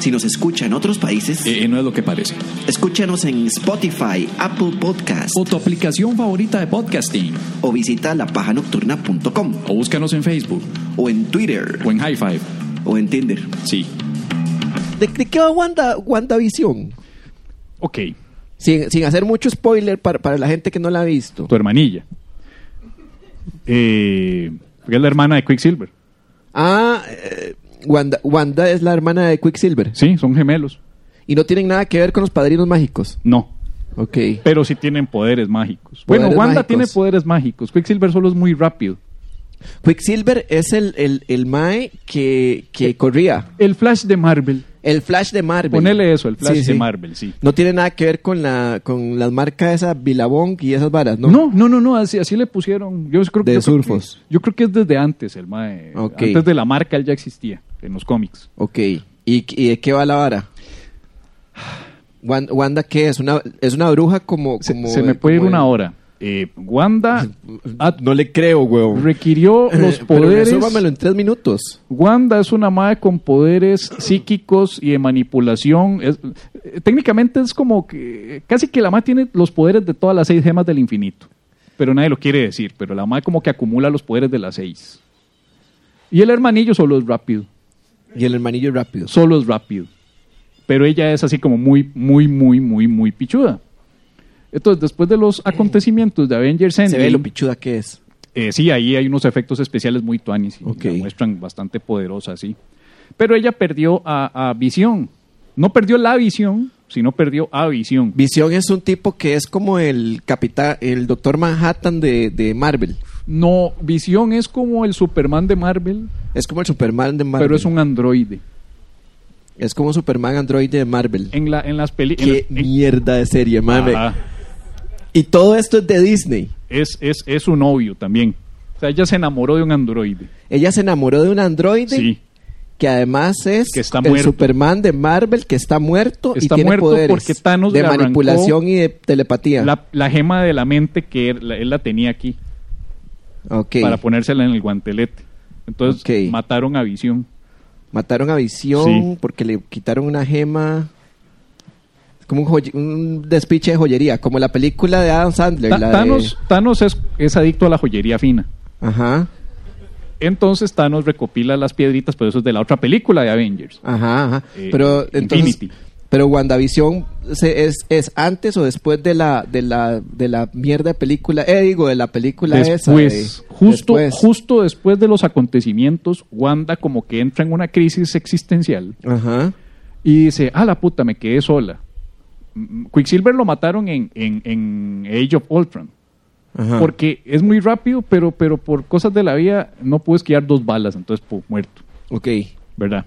Si nos escucha en otros países, Eh, no es lo que parece. escúchanos en Spotify, Apple Podcast O tu aplicación favorita de podcasting. o visita lapajanocturna.com O búscanos en Facebook. o en Twitter O en High Five. o en Tinder. Sí. ¿De, de qué va Wanda, WandaVision? Ok, Sin, sin hacer mucho spoiler para, para la gente que no la ha visto. tu hermanilla. Eh, porque es la hermana de Quicksilver. Ah, eh, Wanda, Wanda es la hermana de Quicksilver. Sí, son gemelos. Y no tienen nada que ver con los padrinos mágicos. No, Ok. pero sí tienen poderes mágicos. Poderes bueno, Wanda mágicos. tiene poderes mágicos. Quicksilver solo es muy rápido. Quicksilver es el, el, el Mae que, que corría. El Flash de Marvel. El Flash de Marvel. Ponele eso, el Flash Sí, de sí. Marvel, sí. No tiene nada que ver con la con las marcas esa Billabong y esas varas, ¿no? No, no, no, no, así, así le pusieron. Yo creo, De yo creo que- Surfos. yo creo que es desde antes, el mae. Ok. Antes de la marca él ya existía en los cómics. Ok. ¿Y, y de qué va la vara? Wan- Wanda, ¿qué es? Una, ¿Es una bruja como...? Se, como- se me puede ir como- una hora. Eh, Wanda ad- Ah, No le creo, weón. Eh, requirió los poderes. Resúmamelo en tres minutos. Wanda es una madre con poderes psíquicos y de manipulación. Es- eh, técnicamente es como que casi que la madre tiene los poderes de todas las seis gemas del infinito. Pero nadie lo quiere decir. Pero la madre como que acumula los poderes de las seis. Y el hermanillo solo es rápido. Y el hermanillo rápido. Solo es rápido. Pero ella es así como muy, muy, muy, muy, muy pichuda. Entonces, después de los acontecimientos de Avengers Se ve Endgame, lo pichuda que es. eh, sí, ahí hay unos efectos especiales muy tuanis y Ok. la muestran bastante poderosa, sí. Pero ella perdió a, a Visión. No perdió la visión, sino perdió a Visión. Visión es un tipo que es como el capitán, el doctor Manhattan de, de Marvel. No, Visión es como el Superman de Marvel, Es como el Superman de Marvel. pero es un androide. Es como Superman androide de Marvel. En, la, en las Qué películas... mierda de serie, mame. Y todo esto es de Disney. Es, es, es un novio también. O sea, ella se enamoró de un androide. Ella se enamoró de un androide Sí. que además es Que está el muerto. Superman de Marvel que está muerto y Está tiene muerto poderes porque Thanos de le arrancó manipulación y de telepatía. La, la gema de la mente que él la, él la tenía aquí Ok. para ponérsela en el guantelete. Entonces Ok. mataron a Visión. Mataron a Visión Sí. porque le quitaron una gema. Es Como un, joy- un despiche de joyería, como la película de Adam Sandler. Ta- la de- Thanos, Thanos es, es adicto a la joyería fina. Ajá, Entonces Thanos recopila las piedritas, pero eso es de la otra película de Avengers. ajá, ajá. Eh, pero entonces, Infinity. pero WandaVision se- es, es antes o después de la de la de la mierda de película, eh, digo, de la película esa. Después, de- justo, después. justo después de los acontecimientos, Wanda como que entra en una crisis existencial Ajá. y dice, ah, la puta, me quedé sola. Mm, Quicksilver lo mataron en, en- en Age of Ultron. Ajá. Porque es muy rápido, pero, pero por cosas de la vida no pude esquiar dos balas, entonces pum, muerto. Ok. ¿verdad?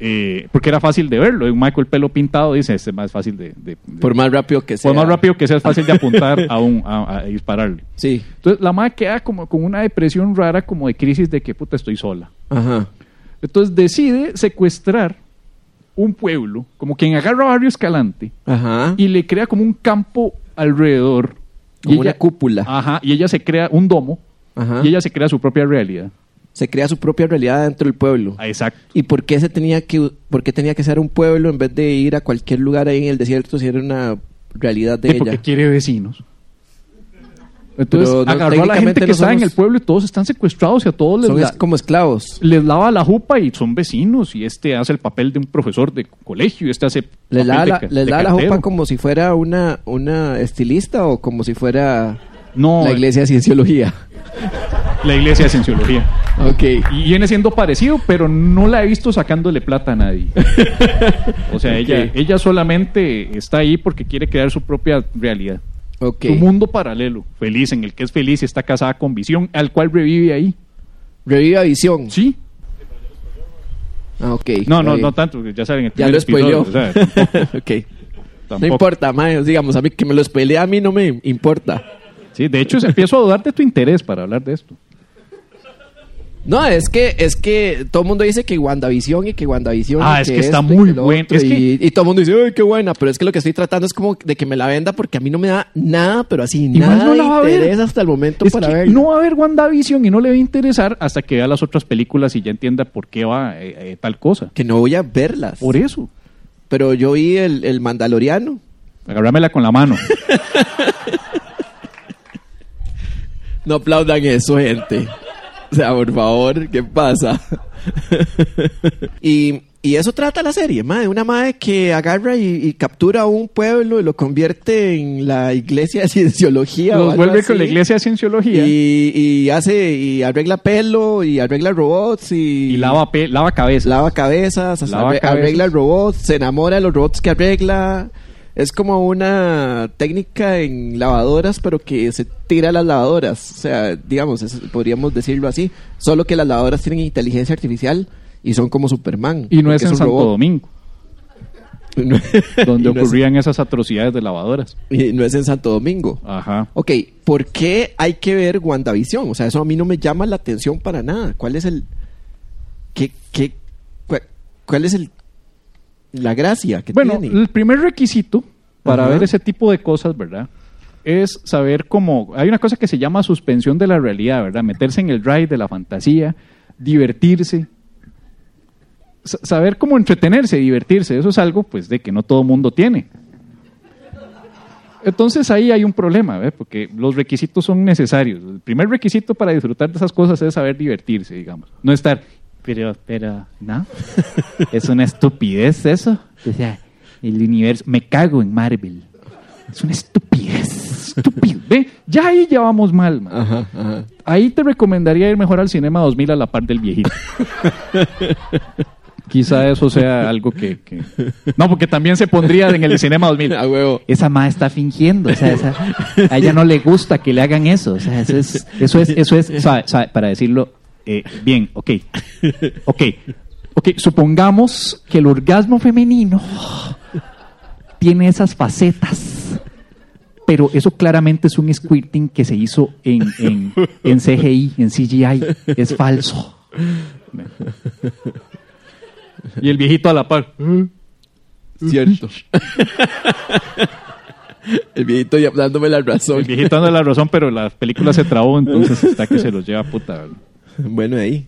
Eh, porque era fácil de verlo. Un Michael pelo pintado dice, este es más fácil de... de- de- Por más rápido que sea. por más rápido que sea, es fácil de apuntar a, un, a, a dispararle. Sí. Entonces la madre queda como con una depresión rara, como de crisis de que puta estoy sola. Ajá. Entonces decide secuestrar un pueblo, como quien agarra a Barrio Escalante, Ajá. y le crea como un campo alrededor. Y Como una cúpula. Ajá, y ella se crea un domo, Ajá. Ah, y ella se crea su propia realidad. se crea su propia realidad dentro del pueblo. Ah, Exacto. ¿Y por qué se tenía que por qué tenía que ser un pueblo en vez de ir a cualquier lugar ahí en el desierto si era una realidad de Sí, porque ella? quiere vecinos. Entonces Pero no- agarró a la gente técnicamente que no estaba en el somos- pueblo y todos están secuestrados y a todos les, Son la- es- como esclavos. les lava la jupa y son vecinos y este hace el papel de un profesor de colegio y este hace Les papel da de la, ca- les de da la cartero. jupa como si fuera una, una estilista o como si fuera no la eh. iglesia de cienciología. la iglesia de cienciología Ok. y viene siendo parecido pero no la he visto sacándole plata a nadie o sea ella Ok. ella solamente está ahí porque quiere crear su propia realidad Ok. su mundo paralelo feliz en el que es feliz y está casada con visión al cual revive ahí Reviva visión. sí Ah, ok. No, Está no, bien. no tanto, porque ya saben. el Ya primer lo spoileó. episodio, o sea, tampoco, ok. No tampoco. importa, mae, digamos, a mí que me lo spoilee a mí no me importa. Sí, de hecho, se- empiezo a dudar de tu interés para hablar de esto. No, es que, es que todo el mundo dice que WandaVision y que WandaVision. Ah, y es que está esto y muy que lo buena. otro, Es que- y, y todo el mundo dice, ¡ay, qué buena! Pero es que lo que estoy tratando es como de que me la venda porque a mí no me da nada, pero así Igual nada no no la va a ver. interesa hasta el momento Es para que verla. no va a ver WandaVision y no le va a interesar hasta que vea las otras películas y ya entienda por qué va eh, eh, tal cosa. Que no voy a verlas. Por e- eso. Pero yo vi el, el Mandaloriano. Agárramela con la mano. No aplaudan eso, gente. O sea, por favor, ¿qué pasa? y, y eso trata la serie, mae. Una madre que agarra y, y captura a un pueblo y lo convierte en la iglesia de cienciología. o Los algo vuelve con así. la iglesia de cienciología y, Y, y hace, y arregla pelo, y arregla robots, y, lava, pe- lava cabezas. lava cabezas, Lava arre- cabezas. arregla robots, se enamora de los robots que arregla. Es como una técnica en lavadoras, pero que se tira a las lavadoras. O sea, digamos, es- podríamos decirlo así. Solo que las lavadoras tienen inteligencia artificial y son como Superman. y no porque es en un Santo robot. Domingo, Y donde no es- ocurrían esas atrocidades de lavadoras. y no es en Santo Domingo. Ajá. Ok, ¿por qué hay que ver WandaVision? O sea, eso a mí no me llama la atención para nada. ¿Cuál es el. ¿Qué. qué cuál, cuál es el. La gracia que Bueno, tiene? el primer requisito para Ajá. ver ese tipo de cosas, ¿verdad? Es saber cómo... Hay una cosa que se llama suspensión de la realidad, ¿verdad? Meterse en el drive de la fantasía, divertirse. sa- Saber cómo entretenerse, divertirse, eso es algo pues de que no todo mundo tiene. Entonces ahí hay un problema, ¿ve? porque los requisitos son necesarios. El primer requisito para disfrutar de esas cosas es saber divertirse, digamos. No estar, pero, pero, no. Es una estupidez eso. O sea, el universo, me cago en Marvel. Es una estupidez, estúpido. Ve, ya ahí ya vamos mal, man. Ajá, ajá. Ahí te recomendaría ir mejor al Cinema 2000 a la par del viejito. Quizá eso sea algo que, que- No, porque también se pondría en el Cinema 2000. A huevo. Esa ma está fingiendo, o sea, esa- a ella no le gusta que le hagan eso, o sea, eso es, eso es, eso es, sabe, sabe, para decirlo eh, bien, ok. Ok. Ok, supongamos que el orgasmo femenino tiene esas facetas, pero eso claramente es un squirting que se hizo en, en, en CGI, en CGI, es falso. y el viejito a la par. Cierto. el viejito ya dándome la razón. El viejito anda la razón, pero la película se trabó, entonces está que se los lleva a puta. ¿verdad? Bueno, ahí.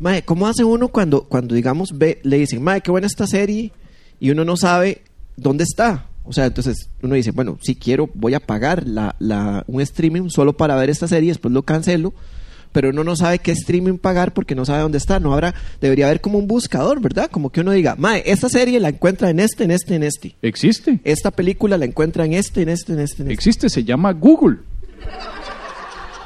Mae, ¿cómo hace uno cuando, cuando digamos, ve, le dicen, Mae, qué buena esta serie y uno no sabe dónde está? O sea, entonces uno dice, bueno, si quiero, voy a pagar la, la, un streaming solo para ver esta serie, después lo cancelo, pero uno no sabe qué streaming pagar porque no sabe dónde está. No habrá, debería haber como un buscador, ¿verdad? Como que uno diga, Mae, esta serie la encuentra en este, en este, en este. Existe. Esta película la encuentra en este, en este, en este, en este. Existe, se llama Google.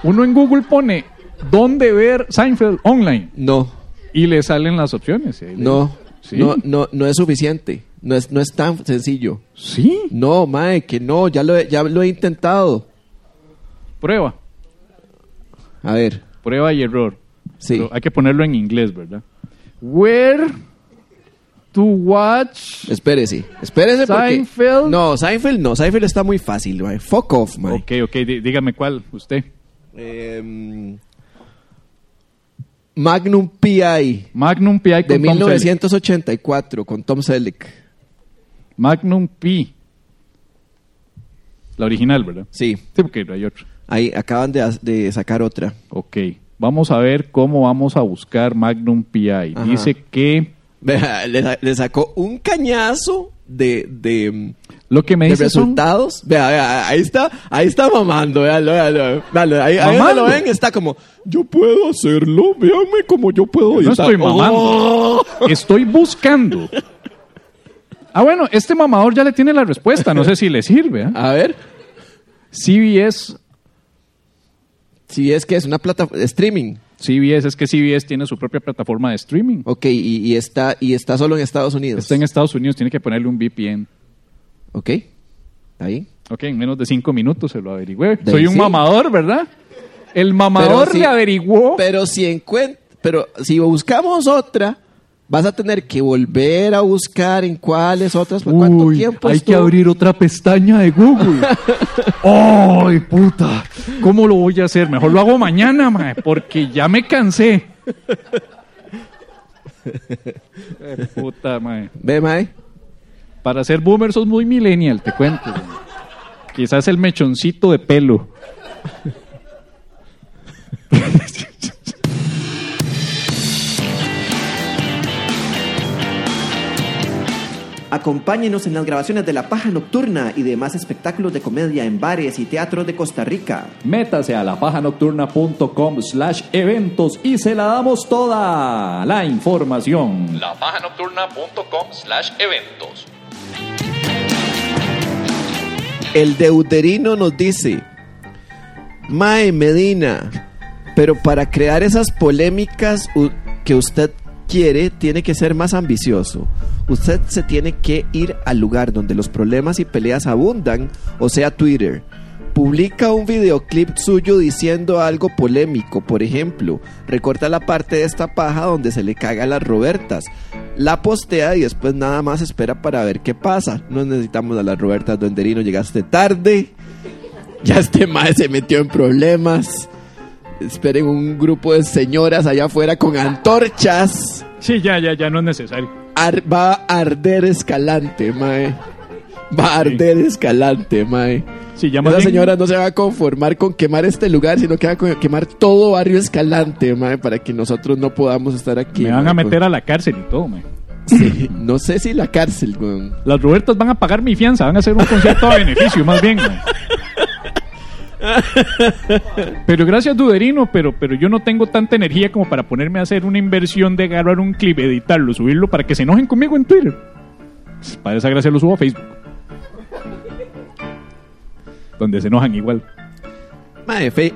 Uno en Google pone dónde ver Seinfeld online No, y le salen las opciones. Y ahí le- no, Sí. no, no, no es suficiente. No es, no es tan sencillo. Sí, No, mae, que no, ya lo, he- ya lo he intentado. prueba. A ver, Prueba y error. sí. Pero hay que ponerlo en inglés, ¿verdad? Where to watch. Espérese, espérese porque... Seinfeld. No, Seinfeld no, Seinfeld está muy fácil, mae. Fuck off, mae. Ok, ok, dí- dígame cuál, usted. Em, Magnum P.I. Magnum PI con de Tom Selleck. 1984 con Tom Selleck. Magnum P. La original, ¿verdad? Sí, Sí, porque hay otra. ahí acaban de, ha- de sacar otra. Ok, vamos a ver cómo vamos a buscar Magnum PI. Ajá. Dice que Vea, Le, sa- le sacó un cañazo de... de, em, lo que me de dice son- resultados. Vea, vea, ahí está, ahí está mamando, véalo, véalo. véalo. Ahí, ahí donde ¿Mamando? lo ven, está como, yo puedo hacerlo, véanme como yo puedo. y No está, estoy mamando. "Oh". estoy buscando. Ah, bueno, este mamador ya le tiene la respuesta, no sé si le sirve. ¿ah? A ver, CBS, si es que es una plataforma, streaming, CBS, es que CBS tiene su propia plataforma de streaming. ok, y, y está, y está solo en Estados Unidos. Está en Estados Unidos, tiene que ponerle un VPN. Ok, está bien. Ok, en menos de cinco minutos se lo averigüé. De Soy un sí. mamador, ¿verdad? El mamador si- le averiguó. Pero si encuent pero si buscamos otra, vas a tener que volver a buscar en cuáles otras, por Pues, cuánto Uy, tiempo hay que estuvo. abrir otra pestaña de Google. ¡Ay, puta! ¿Cómo lo voy a hacer? Mejor lo hago mañana, mae, porque ya me cansé. Eh, Puta, mae. Ve, mae. Para ser boomer sos muy millennial, te cuento. Quizás el mechoncito de pelo. Acompáñenos en las grabaciones de La Paja Nocturna y demás espectáculos de comedia en bares y teatros de Costa Rica. Métase a lapajanocturna.com slash eventos y se la damos toda la información. lapajanocturna.com slash eventos. El deuterino nos dice, Mae Medina, pero para crear esas polémicas u- que usted quiere, tiene que ser más ambicioso. Usted se tiene que ir al lugar donde los problemas y peleas abundan, o sea, Twitter. Publica un videoclip suyo diciendo algo polémico, por ejemplo, recorta la parte de esta paja donde se le caga a las Robertas, la postea y después nada más espera para ver qué pasa. No necesitamos a las Robertas, Duenderino, llegaste tarde. Ya este mae se metió en problemas. Esperen un grupo de señoras allá afuera con antorchas. Sí, ya, ya, ya no es necesario. Ar- va a arder escalante, mae. Va a arder escalante, mae. Sí, ya más Esa bien- señora no se va a conformar con quemar este lugar, sino que va a co- quemar todo barrio escalante, mae, para que nosotros no podamos estar aquí. Me van mae, pues. a con- meter a la cárcel y todo, mae. Sí, no sé si la cárcel, weón. Las Robertas van a pagar mi fianza, van a hacer un concierto a beneficio, más bien. mae. Pero gracias, Duderino, pero, pero yo no tengo tanta energía como para ponerme a hacer una inversión de agarrar un clip, editarlo, subirlo para que se enojen conmigo en Twitter. Pues, Para esa gracia lo subo a Facebook. Donde se enojan igual. Mae, fe,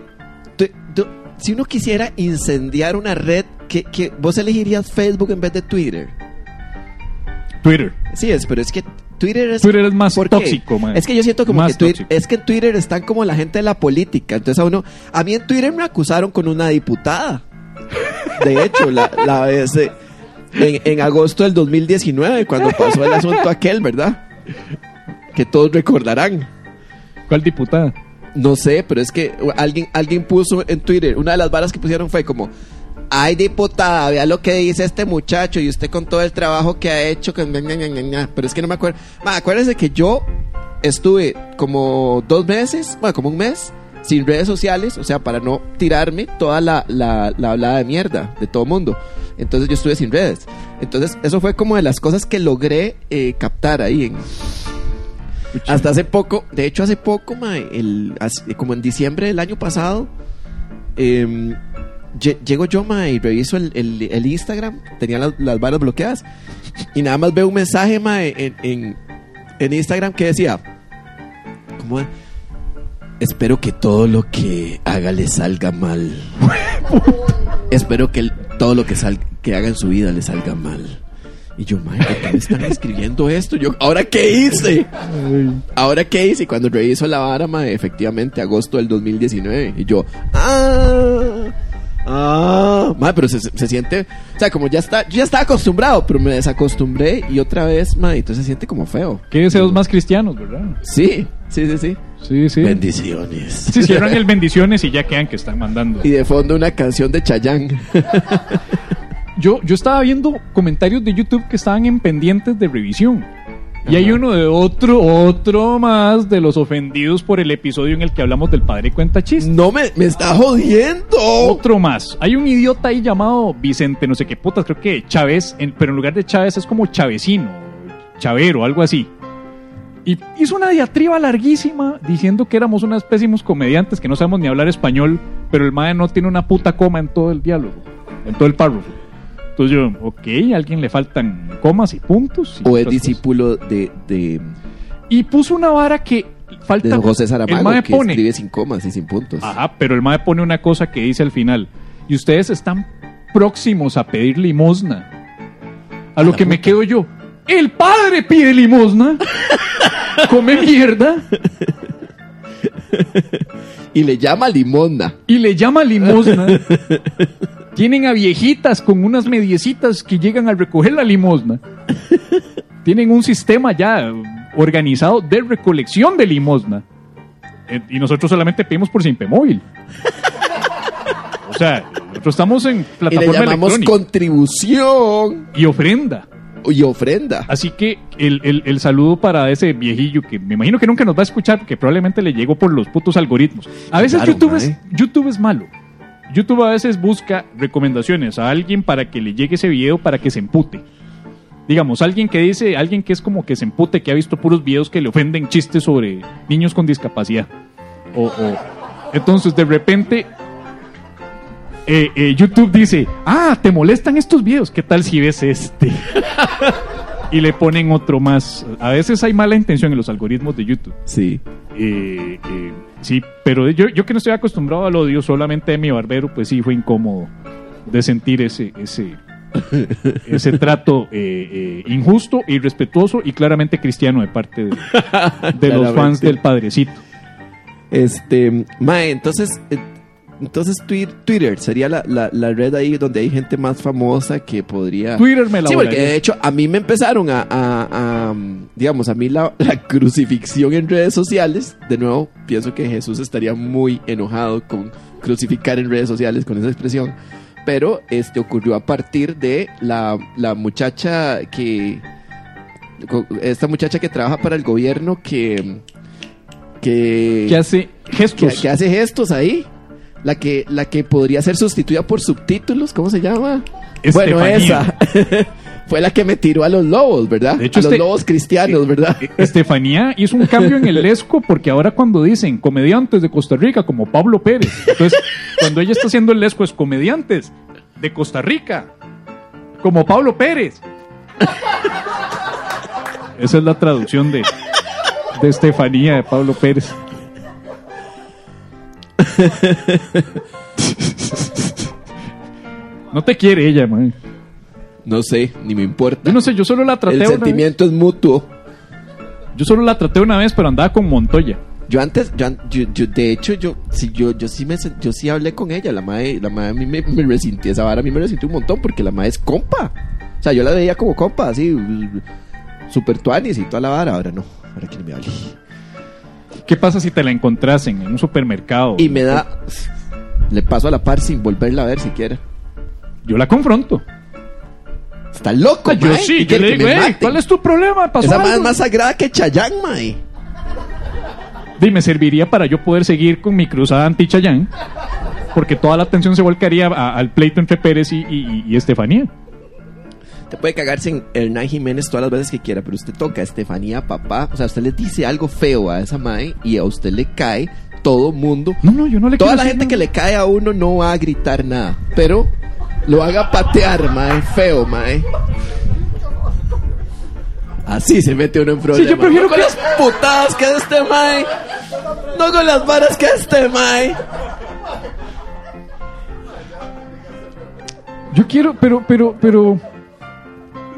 tú- tú- si uno quisiera incendiar una red, que, que vos elegirías Facebook en vez de Twitter. Twitter. Sí, es, pero es que Twitter es... Twitter es más ¿por qué? tóxico, mae. Es que yo siento como Más que Twitter, tóxico. es que en Twitter están como la gente de la política. Entonces a uno... A mí en Twitter me acusaron con una diputada. De hecho, la, la vez... eh, En, en agosto del 2019, cuando pasó el asunto aquel, ¿verdad? Que todos recordarán. ¿Cuál diputada? No sé, pero es que alguien, alguien puso en Twitter, una de las varas que pusieron fue como, ay diputada, vea lo que dice este muchacho y usted con todo el trabajo que ha hecho, con... ña, ña, ña, ña, ña". pero es que no me acuerdo. Ma, acuérdense que yo estuve como dos meses, bueno, como un mes, sin redes sociales, o sea, para no tirarme toda la, la, la hablada de mierda de todo mundo. Entonces yo estuve sin redes. Entonces eso fue como de las cosas que logré eh, captar ahí en, hasta hace poco, de hecho hace poco, mae, el, hace- como en diciembre del año pasado, em, lle- llego yo, mae, y reviso el, el- el Instagram, tenía las, las varas bloqueadas, y nada más veo un mensaje, mae, en, en- en Instagram que decía, ¿cómo era? Espero que todo lo que haga le salga mal. Espero que el- todo lo que, sal- que haga en su vida le salga mal. Y yo, mae, ¿por qué me están escribiendo esto? Yo, ¿ahora qué hice? ¿Ahora qué hice? Y Cuando reviso la vara, mae, efectivamente, agosto del 2019. Y yo, ¡ah! ¡ah! Mae, pero se, se siente, o sea, como ya está, yo ya estaba acostumbrado, pero me desacostumbré y otra vez, mae, entonces se siente como feo. Qué deseos más cristianos, ¿verdad? Sí, sí, sí, sí. Sí, sí. Bendiciones. Sí, cierran el bendiciones y ya quedan que están mandando. Y de fondo una canción de Chayanne. Yo, yo estaba viendo comentarios de YouTube que estaban en pendientes de revisión. Y hay uno de otro, otro más de los ofendidos por el episodio en el que hablamos del padre cuenta chistes. No me, me está jodiendo. Otro más. Hay un idiota ahí llamado Vicente, no sé qué putas, creo que Chávez, en- pero en lugar de Chávez es como Chavecino, Chavero, algo así. Y hizo una diatriba larguísima diciendo que éramos unos pésimos comediantes que no sabemos ni hablar español, pero el mae no tiene una puta coma en todo el diálogo, en todo el párrafo. Entonces yo, ok, a alguien le faltan comas y puntos. y O es otras cosas. discípulo de, de, Y puso una vara que falta. de José el Saramago mae que pone- escribe sin comas y sin puntos. Ajá, pero el mae pone una cosa que dice al final. Y ustedes están próximos a pedir limosna. A lo que me quedo yo. El padre pide limosna. Come mierda. Y le llama Limona. Y le llama limosna. Tienen a viejitas con unas mediecitas que llegan a recoger la limosna. Tienen un sistema ya organizado de recolección de limosna. Eh, Y nosotros solamente pedimos por Simpemóvil. O sea, nosotros estamos en Y le plataforma llamamos electrónica contribución y ofrenda. y ofrenda. Así que el, el- el saludo para ese viejillo que me imagino que nunca nos va a escuchar porque probablemente le llegó por los putos algoritmos. A veces Claro, YouTube, es, mae. YouTube es malo. YouTube a veces busca recomendaciones a alguien para que le llegue ese video para que se empute. Digamos, alguien que dice, alguien que es como que se empute, que ha visto puros videos que le ofenden chistes sobre niños con discapacidad. O, o- Entonces, de repente, eh, eh, YouTube dice, ah, te molestan estos videos, ¿qué tal si ves este? y le ponen otro más. A veces hay mala intención en los algoritmos de YouTube. Sí. Eh, eh, sí, pero yo, yo que no estoy acostumbrado al odio solamente de mi barbero, pues sí fue incómodo de sentir ese, ese, ese trato eh, eh, injusto, irrespetuoso y claramente cristiano de parte de, de los fans Claramente. del padrecito. Este, mae, entonces, eh, entonces Twitter, Twitter sería la, la- la red ahí donde hay gente más famosa que podría... Twitter me la Sí, porque volaría. de hecho a mí me empezaron a, a- a, mm, digamos, a mí la, la crucifixión en redes sociales. De nuevo, pienso que Jesús estaría muy enojado con crucificar en redes sociales con esa expresión. Pero este ocurrió a partir de la, la muchacha que... co- Esta muchacha que trabaja para el gobierno que... Que, Que hace que- gestos. que hace gestos ahí. La que, la que podría ser sustituida por subtítulos, ¿cómo se llama? Bueno, Estefanía. esa. Fue la que me tiró a los lobos, ¿verdad? De hecho, a los este- lobos cristianos, ¿verdad? Estefanía hizo un cambio en el lesco porque ahora cuando dicen comediantes de Costa Rica como Pablo Pérez, entonces cuando ella está haciendo el lesco es comediantes de Costa Rica como Pablo Pérez. Esa es la traducción de, de Estefanía de Pablo Pérez. No te quiere ella, man. No sé, ni me Yo importa. no sé, yo solo la traté El una vez. sentimiento es mutuo. Yo solo la traté una vez, pero andaba con Montoya. Yo antes, yo, an- yo- yo- de hecho, yo, sí, yo, yo sí me, sen- yo sí hablé con ella. La madre, la madre a mí me, me resintió esa vara, a mí me resintió un montón porque la madre es compa. O sea, yo la veía como compa, así, super tuanis y toda la vara. Ahora no, ahora que no me hable. ¿Qué pasa si te la encontrasen en un supermercado? Y me da, le paso a la par sin volverla a ver siquiera. Yo la confronto. Está loco, Yo mae, sí, ¿qué yo quiere le que digo, me "Ey, mate? ¿cuál es tu problema? ¿Pasó Esa madre es algo?". más sagrada que Chayán, mae. Y me serviría para yo poder seguir con mi cruzada anti-Chayán, porque toda la atención se volcaría a- al pleito entre Pérez y, y- y Estefanía. Te puede cagarse en Hernán Jiménez todas las veces que quiera, pero usted toca a Estefanía, papá. O sea, usted le dice algo feo a esa mae y a usted le cae todo mundo. No, no, yo no le Toda quiero la decir gente que nada. le cae a uno no va a gritar nada, pero lo haga patear, mae, feo, mae. Así se mete uno en problemas. yo prefiero no con que- las putadas que hace este mae. No con las varas que hace este mae. Yo quiero, pero, pero, pero...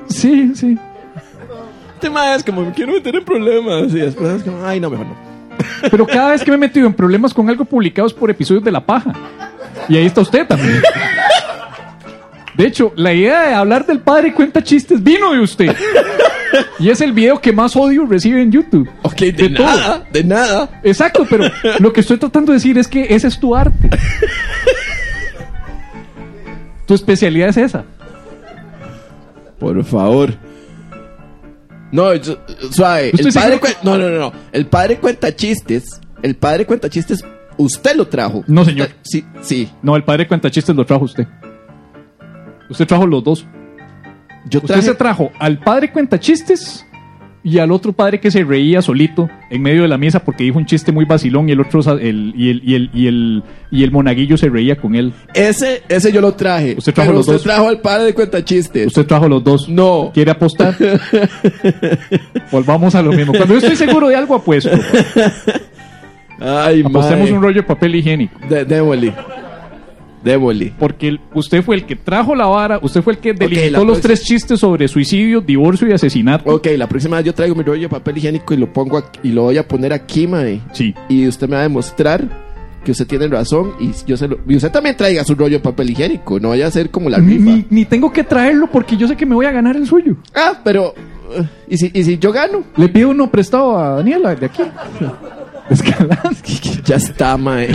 Sí, sí. Este mae es como, me quiero meter en problemas. Y después es como, ay, no, mejor no. Pero cada vez que me he metido en problemas con algo publicados por episodios de La Paja. Y ahí está usted también. De hecho, la idea de hablar del padre cuenta chistes vino de usted. Y es el video que más odio recibe en YouTube. Ok, de, De todo. nada, de nada. Exacto, pero lo que estoy tratando de decir es que ese es tu arte. Tu especialidad es esa. Por favor. No, yo- suave. Estoy El padre seguro que- cuen- No, no, no, no. El padre cuenta chistes. El padre cuenta chistes. Usted lo trajo. No, señor. Usted- Sí, sí. No, el padre cuenta chistes lo trajo usted. Usted trajo los dos. Yo Usted traje. se trajo al padre cuenta chistes y al otro padre que se reía solito en medio de la mesa porque dijo un chiste muy vacilón y el otro sa- el- y, el, y, el, y, el, y el monaguillo se reía con él. Ese, ese yo lo traje. Usted trajo pero los usted dos. trajo al padre de cuenta chistes. Usted trajo los dos. No. ¿Quiere apostar? Volvamos a lo mismo. Cuando yo estoy seguro de algo, apuesto. Ay, Apostemos mae. un rollo de papel higiénico. De- Démosle. Démosle. Porque el- usted fue el que trajo la vara, usted fue el que delimitó la los próxima- tres chistes sobre suicidio, divorcio y asesinato. Ok, la próxima vez yo traigo mi rollo de papel higiénico y lo pongo aquí- y lo voy a poner aquí, mae. Sí. y usted me va a demostrar que usted tiene razón y yo se lo- y usted también traiga su rollo de papel higiénico, no vaya a ser como la Ni, rifa. ni tengo que traerlo porque yo sé que me voy a ganar el suyo. Ah, pero eh, ¿y si, y si yo gano? Le pido uno prestado a Daniela de aquí. Escalante. Ya está, mae.